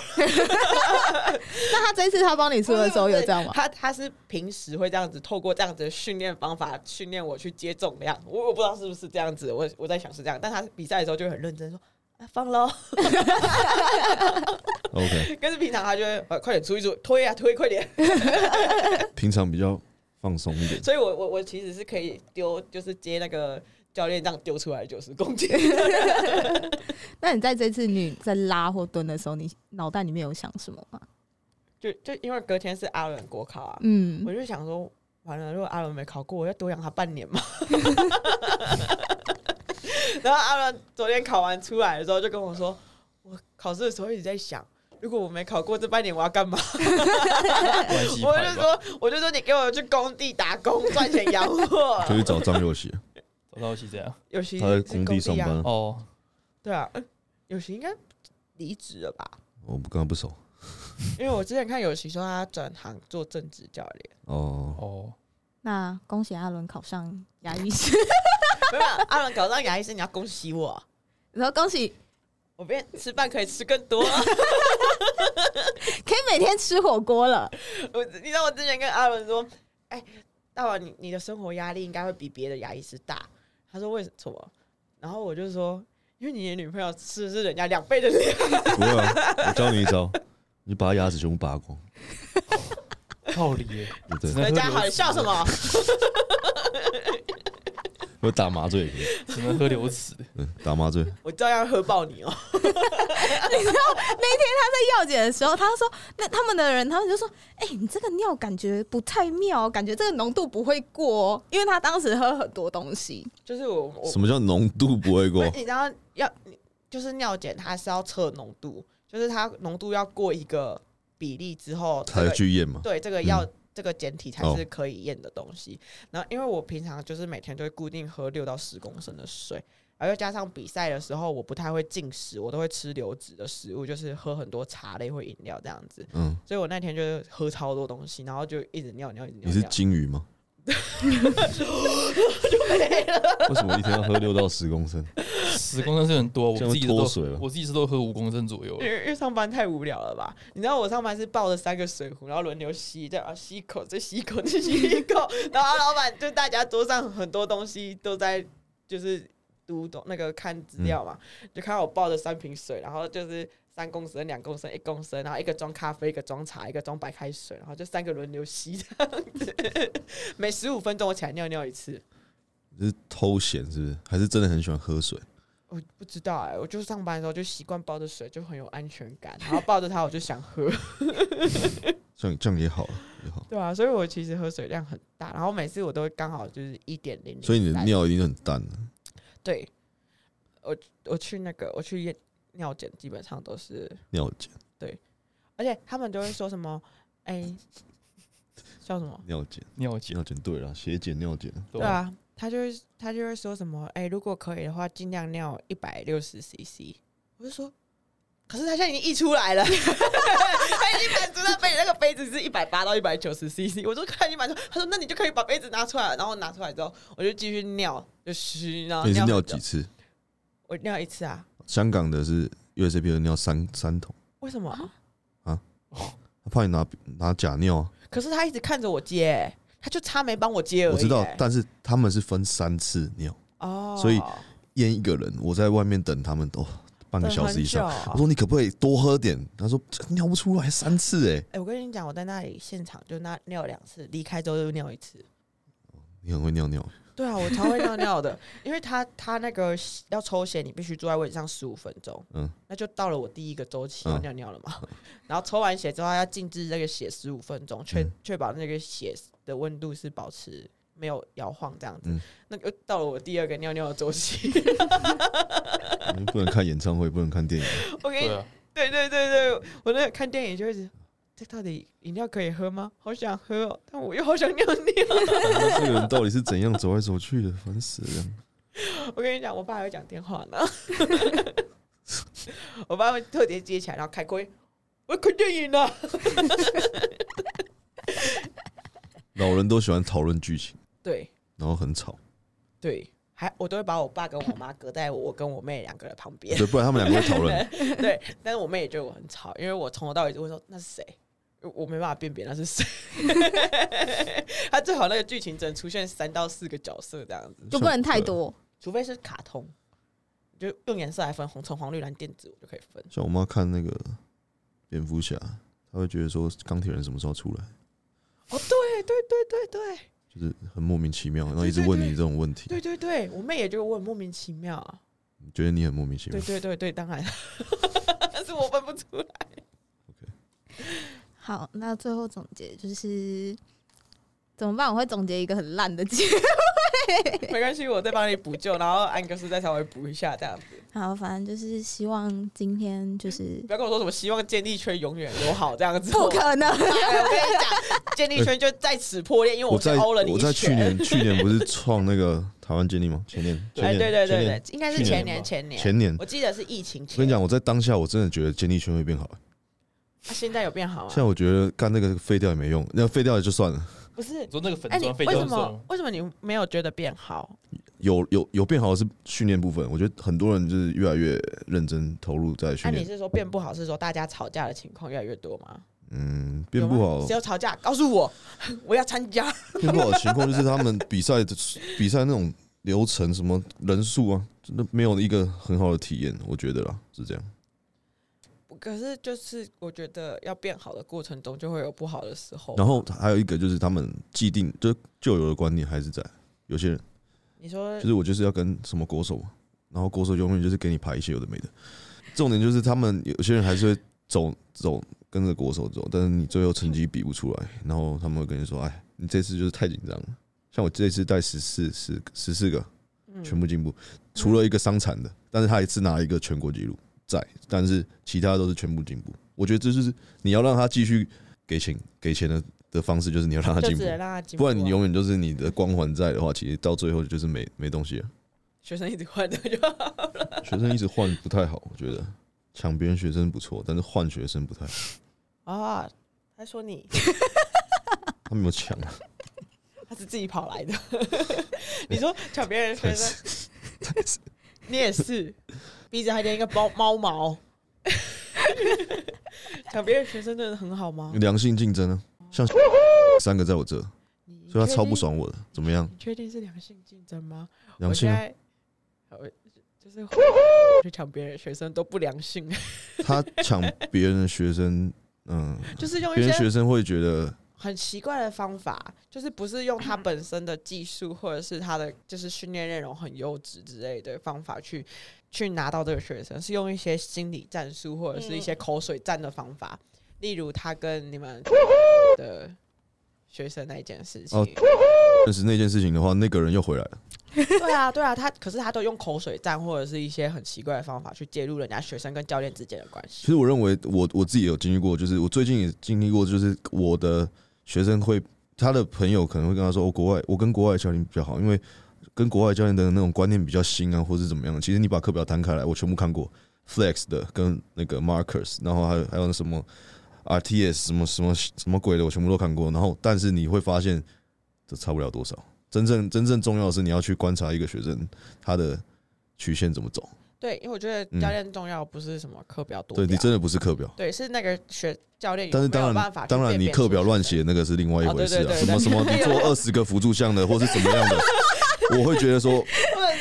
A: 那他这次他帮你出的时候有这样吗？
C: 他他是平时会这样子，透过这样子的训练方法训练我去接重量。我我不知道是不是这样子，我我在想是这样，但他比赛的时候就会很认真说。啊、放喽！
B: OK，
C: 但是平常他就会、呃、快点出一出，推啊推，快点。
B: 平常比较放松一点。
C: 所以我我我其实是可以丢，就是接那个教练这样丢出来九十公斤。
A: 那你在这次你在拉或蹲的时候，你脑袋里面有想什么吗？
C: 就就因为隔天是阿伦国考啊，
A: 嗯，
C: 我就想说，完了，如果阿伦没考过，我要多养他半年嘛。 然后阿伦昨天考完出来的时候，就跟我说，我考试的时候一直在想，如果我没考过这半年，我要干嘛？
D: 关 系
C: 我
D: 牌
C: 就
D: 吧
C: 说，我就说你给我去工地打工赚钱 养我。
B: 就去找张佑喜，
D: 我到是这样
C: 有其
B: 他在工地上班
C: 啊，，
D: 哦，
C: 对啊，嗯有其应该离职了吧？
B: 我不跟他不熟。
C: 因为我之前看有其说他转行做政治教练，
B: 哦，
D: 哦，
A: 那恭喜阿伦考上牙 医师，
C: 没有阿伦考上牙医生，你要恭喜我，
A: 然后恭喜
C: 我变吃饭可以吃更多。
A: 可以每天吃火锅了。
C: 我你知道我之前跟阿伦说，哎、大王你你的生活压力应该会比别的牙医师大。他说为什么？然后我就说，因为你的女朋友吃的是人家两倍的量。
B: 不会啊，我教你一招，你把他牙齿全部拔光，
D: 道理耶，
B: 对不对
D: 只？ 能喝
C: 人家
D: 流
C: 好，你
D: 质，
C: 笑什 么？
B: 我打麻醉也可以，
D: 只能喝流质。
B: 对，打麻醉。
C: 我照样喝爆你哦、
A: 药检的时候，他说那他们的人，他们就说：“哎、你这个尿感觉不太妙，感觉这个浓度不会过、哦，因为他当时喝很多东西。
C: 就是我我
B: 什么叫浓度不会过
C: 不是？你知道要就是尿检，它是要测浓度，就是它浓度要过一个比例之后，这
B: 才
C: 个
B: 去验嘛？
C: 对这个药、这个检体才
B: 嗯哦
C: 是可以验的东西。然后因为我平常就是每天就会固定喝六到十公升的水，然后又加上比赛的时候我不太会进食，我都会吃流质的食物，就是喝很多茶类或饮料这样子。
B: 嗯，
C: 所以我那天就是喝超多东西，然后就一直尿尿，一直尿
B: 你是
C: 尿。
B: 金鱼 吗？为什么一天要喝六到十公升？
D: 十公升是很多，我
B: 这样会
D: 自己是都
B: 脱水吧
D: 我自己是都喝五公升左右
C: 因。为因为上班太无聊了吧？你知道我上班是抱着三个水壶，然后轮流吸，这样啊吸一口，再吸一口，再吸一口，然后老板就大家桌上很多东西都在就是读懂那个看资料嘛，就看到我抱着三瓶水，然后就是三公升、两公升、一公升，然后一个装咖啡，一个装茶，一个装白开水，然后就三个轮流吸这样子， 每十五分钟我起来尿尿一次。
B: 你是偷闲是不是？还是真的很喜欢喝水？
C: 我不知道哎、我就上班的时候就习惯抱着水，就很有安全感，然后抱着它我就想喝。
B: 这样这样也好了，也好。
C: 对啊，所以我其实喝水量很大，然后每次我都会刚好就是一点零零。
B: 所以你的尿一定很淡的。
C: 对，我我去那个我去验尿检，基本上都是，
B: 尿检、
C: 而且他们都会说什么，哎、叫什么？
B: 尿检、
D: 尿检，
B: 尿检，对了，血检、尿检，
C: 对啊，他就会他就会说什么，哎、如果可以的话，尽量尿一百六十 CC。我就说，可是他现在已经溢出来了，他 已经满足那杯子，那个杯子是一百八到一百九十 CC。我就看你满足，他说那你就可以把杯子拿出来，然后拿出来之后，我就继续尿，就嘘，然后
B: 那你是尿
C: 哦很久
B: 几次？
C: 我尿一次啊？
B: 香港的是 USP 的尿三三桶，
C: 为什么？
B: 他怕你拿拿假尿啊。
C: 可是他一直看着我接、他就差没帮我接而已、
B: 我知道
C: 哎，
B: 但是他们是分三次尿，
C: 哦，
B: 所以验一个人，我在外面等他们都半个小时以上。我说你可不可以多喝点？他说这尿不出来三次哎、
C: 哎、我跟你讲，我在那里现场就那尿两次，离开之后又尿一次。
B: 你很会尿尿，
C: 对啊，我超会尿尿的，因为他他那个要抽血，你必须坐在位置上十五分钟，
B: 嗯，
C: 那就到了我第一个周期
B: 嗯
C: 要尿尿了嘛。然后抽完血之后，他要静置那个血十五分钟，确
B: 嗯
C: 确保那个血的温度是保持没有摇晃这样子。
B: 嗯
C: 那个到了我第二个尿尿的 周期，
B: 你不能看演唱会，不能看电影。
C: 我跟你
D: 对啊，
C: 对对对对，我那个看电影就一直，这到底饮料可以喝吗？好想喝、哦，但我又好想尿尿。
B: 这个人到底是怎样走来走去的，烦死了！
C: 我跟你讲，我爸还会讲电话呢，我爸会特别接起来，然后开会，我看电影呢。
B: 老人都喜欢讨论剧情，
C: 对
B: 然后很吵。
C: 对，还我都会把我爸跟我妈隔在我跟我妹两个人旁 边。
B: 对，不然他们两个会讨 论。
C: 对，但是我妹也觉得我很吵，因为我从头到尾就会说那是谁，我没办法辨别那是谁。 他最好那个剧情只能出现三到四个角色这样子，
A: 就不能太 多。
C: 除非是卡通，就用颜色来分红橙黄绿蓝靛紫，我就可以分。
B: 像我妈看那个蝙蝠侠，她会觉得说钢铁人什么时候出来，
C: 哦，对对对对对
B: 就是很莫名其妙，然后一直问你这种问题，
C: 对对对，我妹也觉得我很莫名其妙啊。
B: 觉得你很莫名其
C: 对
B: 妙。
C: 对对对，当然， 但是我分不出来。
A: 好，那最后总结就是怎么办？我会总结一个很烂的结
C: 没关系，我再帮你补救，然后安格斯再稍微补一下，这样子。
A: 好，反正就是希望今天就是
C: 不要跟我说什么希望建立圈永远友好这样子，
A: 不可能。
C: 哎我跟你讲，建立圈就在此破裂，因为
B: 我
C: 是
B: 在
C: 欧了你
B: 我
C: 一
B: 在
C: 拳
B: 去年去年不是创那个台湾建立吗？前年前
C: 哎，
B: 年
C: 对对
B: 前
C: 对
B: 年
C: 对，应该是
B: 去年
C: 前年
D: 吧
C: 前年
B: 前年。
C: 我记得是疫情
B: 我
C: 前。
B: 跟你讲，我在当下我真的觉得建立圈会变好。
C: 啊，现在有变好
B: 现在
C: 吗？
B: 我觉得干那个废掉也没用，那废掉也就算了。
C: 不是
D: 你，说那个粉
C: 哎，你
D: 砖废
C: 为
D: 掉
C: 什
D: 的时候
C: 么，为什么你没有觉得变好？
B: 有有有变好的是训练部分，我觉得很多人就是越来越认真投入在
C: 那
B: 训
C: 啊你
B: 练。
C: 是说变不好，是说大家吵架的情况越来越多吗？
B: 嗯，变
C: 有吗
B: 不好
C: 谁，有吵架？告诉我， 我要参加。
B: 变不好的情况就是他们比赛的 比赛那种流程什么人数啊，真的没有一个很好的体验，我觉得啦是这样。
C: 可是就是我觉得要变好的过程中，就会有不好的时候。
B: 然后还有一个就是他们既定就旧有的观念还是在，有些人
C: 你说
B: 就是我就是要跟什么国手，然后国手永远就是给你排一些有的没的。重点就是他们有些人还是会走走跟着国手走，但是你最后成绩比不出来，然后他们会跟你说：“哎，你这次就是太紧张了。”像我这次带十四十十四个
C: 嗯
B: 全部进步，除了一个伤残的，但是他也是拿一个全国纪录在，但是其他都是全部进步。我觉得这就是你要让他继续给钱给钱的的方式，就是你要让他
C: 就
B: 进步
C: 只，能让他进步
B: 不
C: 啊，
B: 然你永远就是你的光环在的话，其实到最后就是没没东西了。
C: 学生一直换的就 好了。
B: 学生一直换不太好，我觉得抢别人学生不错，但是换学生不太好。
C: 啊，他说你，
B: 他没有抢啊，
C: 他是自己跑 来的。你说抢别人学生， 你也是，鼻子还连一个猫 猫毛。抢别人学生真的很好吗？
B: 良性竞争啊。像三个在我这，
C: 你
B: 嗯所以他
C: 确
B: 超不
C: 定
B: 爽我的。怎么样？
C: 你确定是良性竞争吗？
B: 良性、
C: 我
B: 啊？
C: 现在我就是去抢别人学生都不良性，
B: 他抢别人的学生，嗯，
C: 就是用
B: 别
C: 一
B: 人
C: 些
B: 学生会觉得
C: 很奇怪的方法，就是不是用他本身的技术或者是他的就是训练内容很优质之类的方法去去拿到这个学生，是用一些心理战术或者是一些口水战的方法，例如他跟你们的学生那一件事情。
B: 哦认识那件事情的话，那个人又回来了。
C: 对啊，对啊，他可是他都用口水战或者是一些很奇怪的方法去介入人家学生跟教练之间的关
B: 其
C: 系。
B: 实我认为我我自己有经历过，就是我最近也经历过，就是我的学生会，他的朋友可能会跟他说，哦，国外我跟国外的教练比较好，因为跟国外教练的那种观念比较新啊，或是怎么样。其实你把课表摊开来，我全部看过，Flex 的跟那个 Markers，然后还有还有什么 RTS 什么什么什么鬼的，我全部都看过。然后但是你会发现，这差不了多少。真正真正重要的是，你要去观察一个学生他的曲线怎么走。
C: 对，因为我觉得
B: 嗯
C: 教练重要不是什么课表多
B: 对
C: 屌，
B: 你真的不是课表。
C: 对是那个学教练有
B: 但是
C: 没有
B: 当
C: 办法
B: 然，
C: 去
B: 当然
C: 辨
B: 你
C: 别
B: 课
C: 出
B: 表
C: 学
B: 乱
C: 生
B: 写那个是另外一回事
C: 哦
B: 啊，
C: 对对
B: 什
C: 对
B: 么什么
C: 对
B: 你做二十个辅助项的或是怎么样的，我会觉得 说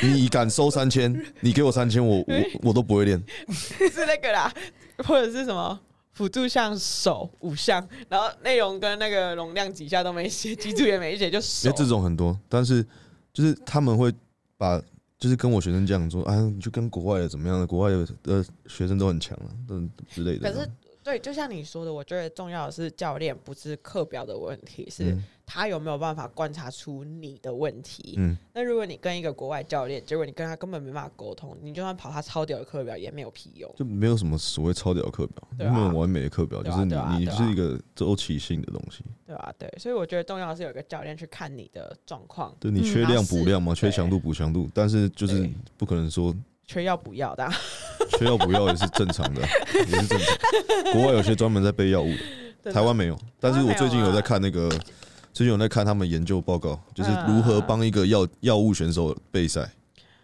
B: 你敢收三千，你给我三千，我我我都不会练。
C: 是那个啦，或者是什么辅助项手五项，然后内容跟那个容量几下都没写， 基础也没写，就手
B: 因哎为这种很多，但是就是他们会把就是跟我学生讲说，啊，你就跟国外的怎么样的，国外的呃学生都很强啊，嗯之类的。
C: 可是对，就像你说的，我觉得重要的是教练不是课表的问题，是
B: 嗯
C: 他有没有办法观察出你的问题。
B: 嗯，
C: 那如果你跟一个国外教练，结果你跟他根本没办法沟通，你就算跑他超屌的课表也没有屁用。
B: 就没有什么所谓超屌课表，
C: 对
B: 没
C: 啊
B: 有完美的课表，就
C: 对啊
B: 是你
C: 对啊
B: 你
C: 对啊
B: 是一个周期性的东西，
C: 对吧、对，所以我觉得重要的是有一个教练去看你的状况，
B: 对你
A: 嗯
B: 缺
C: 然后
B: 量补
C: 是
B: 量嘛，缺
C: 对
B: 强度补强度，但是就是
C: 对
B: 不可能说
C: 缺要不要的啊、
B: 缺药补药也是正常 的，也是正常。国外有些专门在备药物的，
C: 真的
B: 台湾没有。但是我最近
C: 啊
B: 有在看那个，
C: 嗯
B: 最近有在看他们研究报告，就是如何帮一个药药物选手备赛。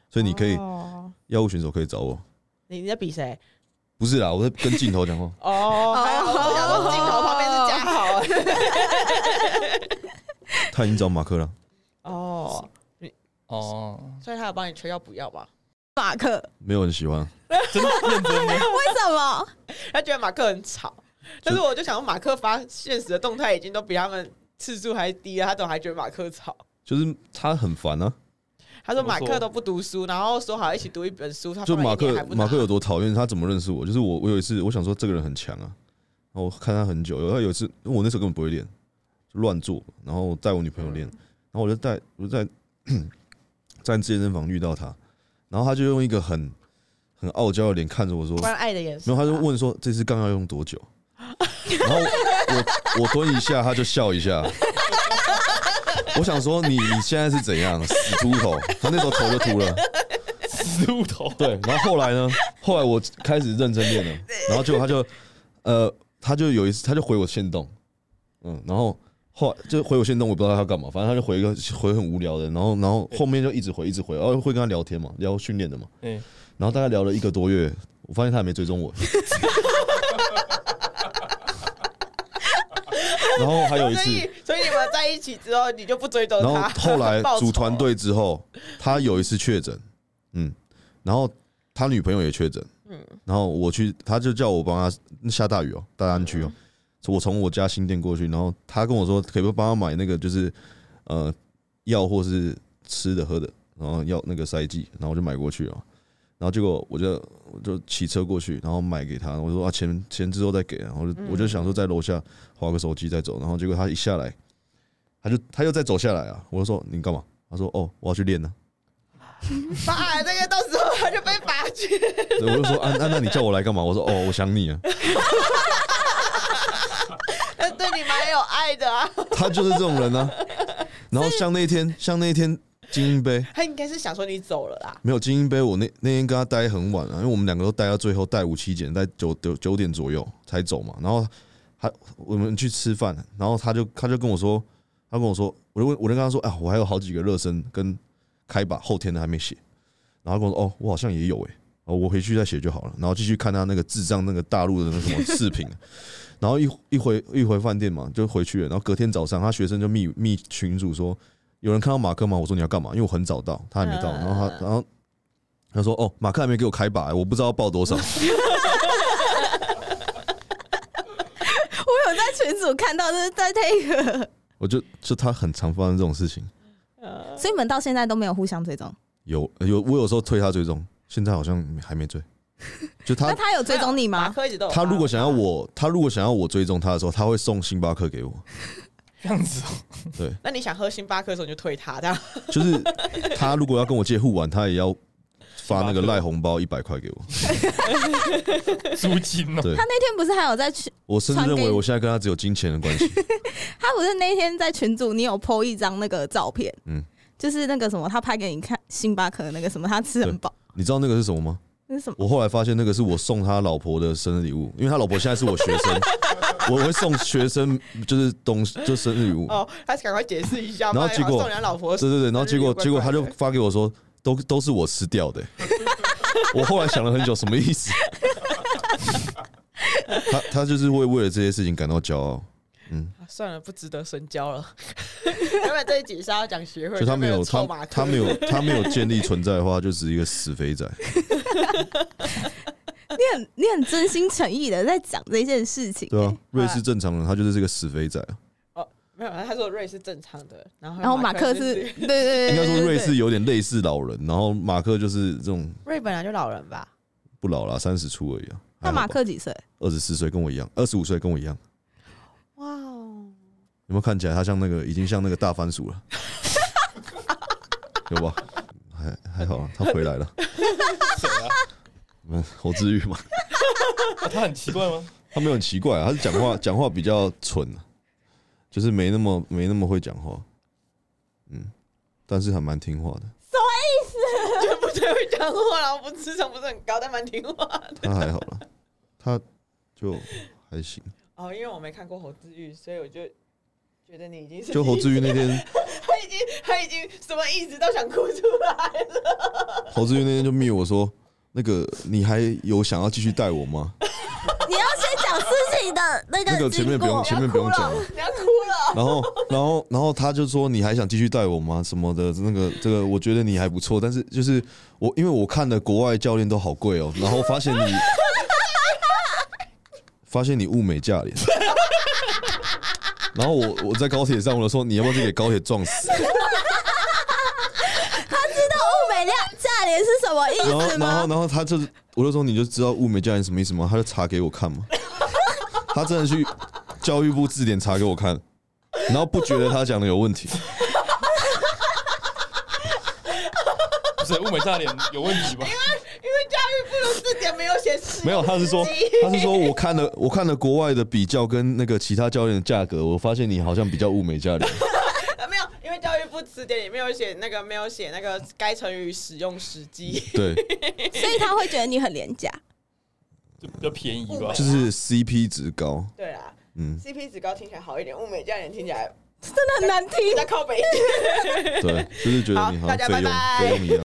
B: 所以你可以
C: 哦
B: 药物选手可以找我。
C: 你你在比谁？。
B: 不是啦，我在跟镜头讲话
C: 哦，还好，我想说镜头旁边 是嘉豪。
B: 他已经找马克了，
C: 哦，
D: 哦，
C: 所以他有帮你吹要不要吧？
A: 马克，
B: 没有人喜欢。
D: 真的认真的，
A: 为什么？
C: 他觉得马克很吵，但是我就想说，马克发现实的动态已经都比他们次数还低了，他怎么还觉得马克吵？
B: 就是他很烦啊，
C: 他说
D: 怎么
C: 马
D: 说
C: 克都不读书，然后说好一起读一本书，他
B: 就
C: 放了
B: 马
C: 一年还
B: 克
C: 不拿
B: 马克有多讨厌他怎么认识我？就是我我有一次我想说这个人很强啊，然后我看他很久，然后有一次因为我那时候根本不会练，就乱做，然后带我女朋友
C: 嗯
B: 练，然后我就带我就在 在健身房遇到他，然后他就用一个很很傲娇的脸看着我说，
C: 关爱的眼神啊
B: 然
C: 吧，
B: 后他就问说这次杠要用多久， 然后我我蹲一下他就笑一下。 我想说你你现在是怎样死秃头？他那时候头就秃了，
D: 死路头，
B: 对，然后后来呢？后来我开始认真练了，然后结果他就，呃，他就有一次他就回我线动，嗯，然后后来就回我线动，我也不知道他要干嘛，反正他就回一个回很无聊的，然后然后后面就一直回一直回，然后会跟他聊天嘛，聊训练的嘛，
D: 嗯，
B: 然后大概聊了一个多月，我发现他也没追踪我。 然后还有一
C: 所
B: 次，
C: 以所以你们在一起之后，你就不追踪
B: 然后
C: 他。
B: 后来
C: 报仇
B: 组团队之后，他有一次确诊，嗯，然后他女朋友也确诊，
C: 嗯
B: 嗯，然后我去，他就叫我帮他下大雨哦，大安区哦，我从我家新店过去，然后他跟我说可不可以帮他买那个就是呃药或是吃的喝的，然后要那个塞剂，然后我就买过去哦，然后结果我就我就骑车过去，然后买给他，我说啊钱钱之后再给，然后我就我就想说在楼下划个手机再走，然后结果他一下来，他就他又再走下来啊，我就说你干嘛？他说哦我要去练呢、
C: 爸，这个到时候他就被发觉。
B: 对我就说啊那那你叫我来干嘛？我说哦我想你啊，
C: 他呃对你蛮有爱的啊，
B: 他就是这种人啊。然后像那天像那天精英杯。
C: 他应该是想说你走了啦。
B: 没有精英杯，我那那天跟他待很晚啊，因为我们两个都待到最后，待五七点，待九九九点左右才走嘛。然后他我们去吃饭，然后他就他就跟我说，他跟我说，我就问我就跟他说，啊，我还有好几个热身跟开把后天的还没写，然后他跟我说，哦，我好像也有诶、哦，我回去再写就好了。然后继续看他那个智障那个大陆的那什么视频， 然后一一回一回饭店嘛，就回去了。然后隔天早上，他学生就密密群主说，有人看到马克吗？我说你要干嘛？因为我很早到，他还没到。然后他然后他说哦，马克还没给我开把、我不知道要报多少。
A: 我有在群组看到， 就是在 take，
B: 我就就他很常发生这种事情，
C: 嗯呃
A: 所以你们到现在都没有互相追踪。
B: 有有我有时候推他追踪，现在好像还没追。就
A: 那
B: 他
A: 他有追啊踪你
C: 马
A: 吗？
C: 克一直都有啊
B: 他如果
C: 发
B: 想要我，他如果想要我追踪他的时候，他会送星巴克给我。
D: 这样子哦，
C: 那你想喝星巴克的时候，你就推他，这样
B: 就是他如果要跟我借护腕，他也要发那个
D: 星巴克
B: 赖红包一百块给我。
D: 租金哦，
B: 对
A: 他那天不是还有在群，
B: 我甚至认
A: 传给
B: 为
A: 你
B: 我现在跟他只有金钱的关系。
A: 他不是那天在群组，你有 po 一张那个照片，嗯
B: 嗯，
A: 就是那个什么，他拍给你看星巴克的那个什么，他吃很饱，
B: 你知道那个是什么吗？
A: 那是什么？
B: 我后来发现那个是我送他老婆的生日礼物，因为他老婆现在是我学生， 我会送学生就是东西就生日礼物。
C: 哦，他赶快解释一下。
B: 然后
C: 不
B: 结果
C: 好送人家老 婆
B: 对对对，然后结果
C: 怪怪的
B: 结果他就发给我说，都都是我吃掉的欸、 我后来想了很久，什么意思？ 他他就是会为了这些事情感到骄傲，嗯，
C: 啊算了，不值得深交了。原本这一集是要讲学会，
B: 就他没有
C: 臭
B: 他
C: 马克
B: 他没有他没有建立存在的话，就只是一个死肥仔。
A: 你很你很真心诚意的在讲这件事情、
B: 对啊，瑞士正常人他就是这个死肥仔啊，
C: 没有，他说瑞是正常的，然后
A: 然后马克是，
C: 是
A: 对对对，
B: 应该说
A: 对
B: 瑞士有点类似老人，然后马克就是这种
C: 瑞本来就老人吧？
B: 不老啦，三十出而已啊。
A: 那马克几岁？
B: 二十四岁跟我一样，二十五岁跟我一样，
C: 哇哦，
B: 有没有看起来他像那个已经像那个大番薯 了？有吧？还还好啊，他回 来了。
D: 谁啊？
B: 嗯，侯志玉嘛，
D: 啊他很奇怪吗？
B: 他没有很奇怪、啊，他是讲 话讲话比较蠢、啊，就是没那么没那么会讲话，嗯，但是还蛮听话的。
C: 就不太会讲话，然后不智商不是很高，但蛮听话的。
B: 他还好了，他就还行。
C: 哦，因为我没看过侯志玉，所以我就觉得你已经 是
B: 就侯志玉那天，
C: 他已经他已经什么意思都想哭出来了。
B: 侯志云那天就密我说，那个你还有想要继续带我吗？
A: 你要先讲事情的那
B: 那
A: 个
B: 个前面
A: 经
B: 不用
A: 过，
B: 前面不用讲了。
C: 你要哭了，
B: 然后， 然后，然后他就说：“你还想继续带我吗？什么的？那个，这个，我觉得你还不错，但是就是我，因为我看的国外教练都好贵哦， 然后发现你，发现你物美价廉。然后我我在高铁上，我就说你要不要去给高铁撞死？
A: 知道物美价价廉是什么意
B: 然后，
A: 思
B: 然后，
A: 吗？
B: 然后他就是，我就说你就知道物美价廉什么意思吗？他就查给我看嘛，他真的去教育部字典查给我看，然后不觉得他讲的有问题。”
D: 不是物美价廉有问题吧？
C: 因为教育部的字典没有写事
B: 没有，他是说，他是说，我看了我看了国外的比较跟那个其他教练的价格，我发现你好像比较物美价廉。
C: 啊没有，因为教育部词典里面有写那个没有写那个该成语使用时机。
B: 对，
A: 所以他会觉得你很廉价。
D: 就比较便宜吧
B: 就？是 CP 值高，
C: 对啦
B: 嗯，
C: ，CP 值高听起来好一点，物美价廉听起来
A: 真的很难听
C: 比较靠北一点。
B: 对，就是觉得你好
C: 好大
B: 像费
C: 家拜
B: 用
C: 拜
B: 费用一样。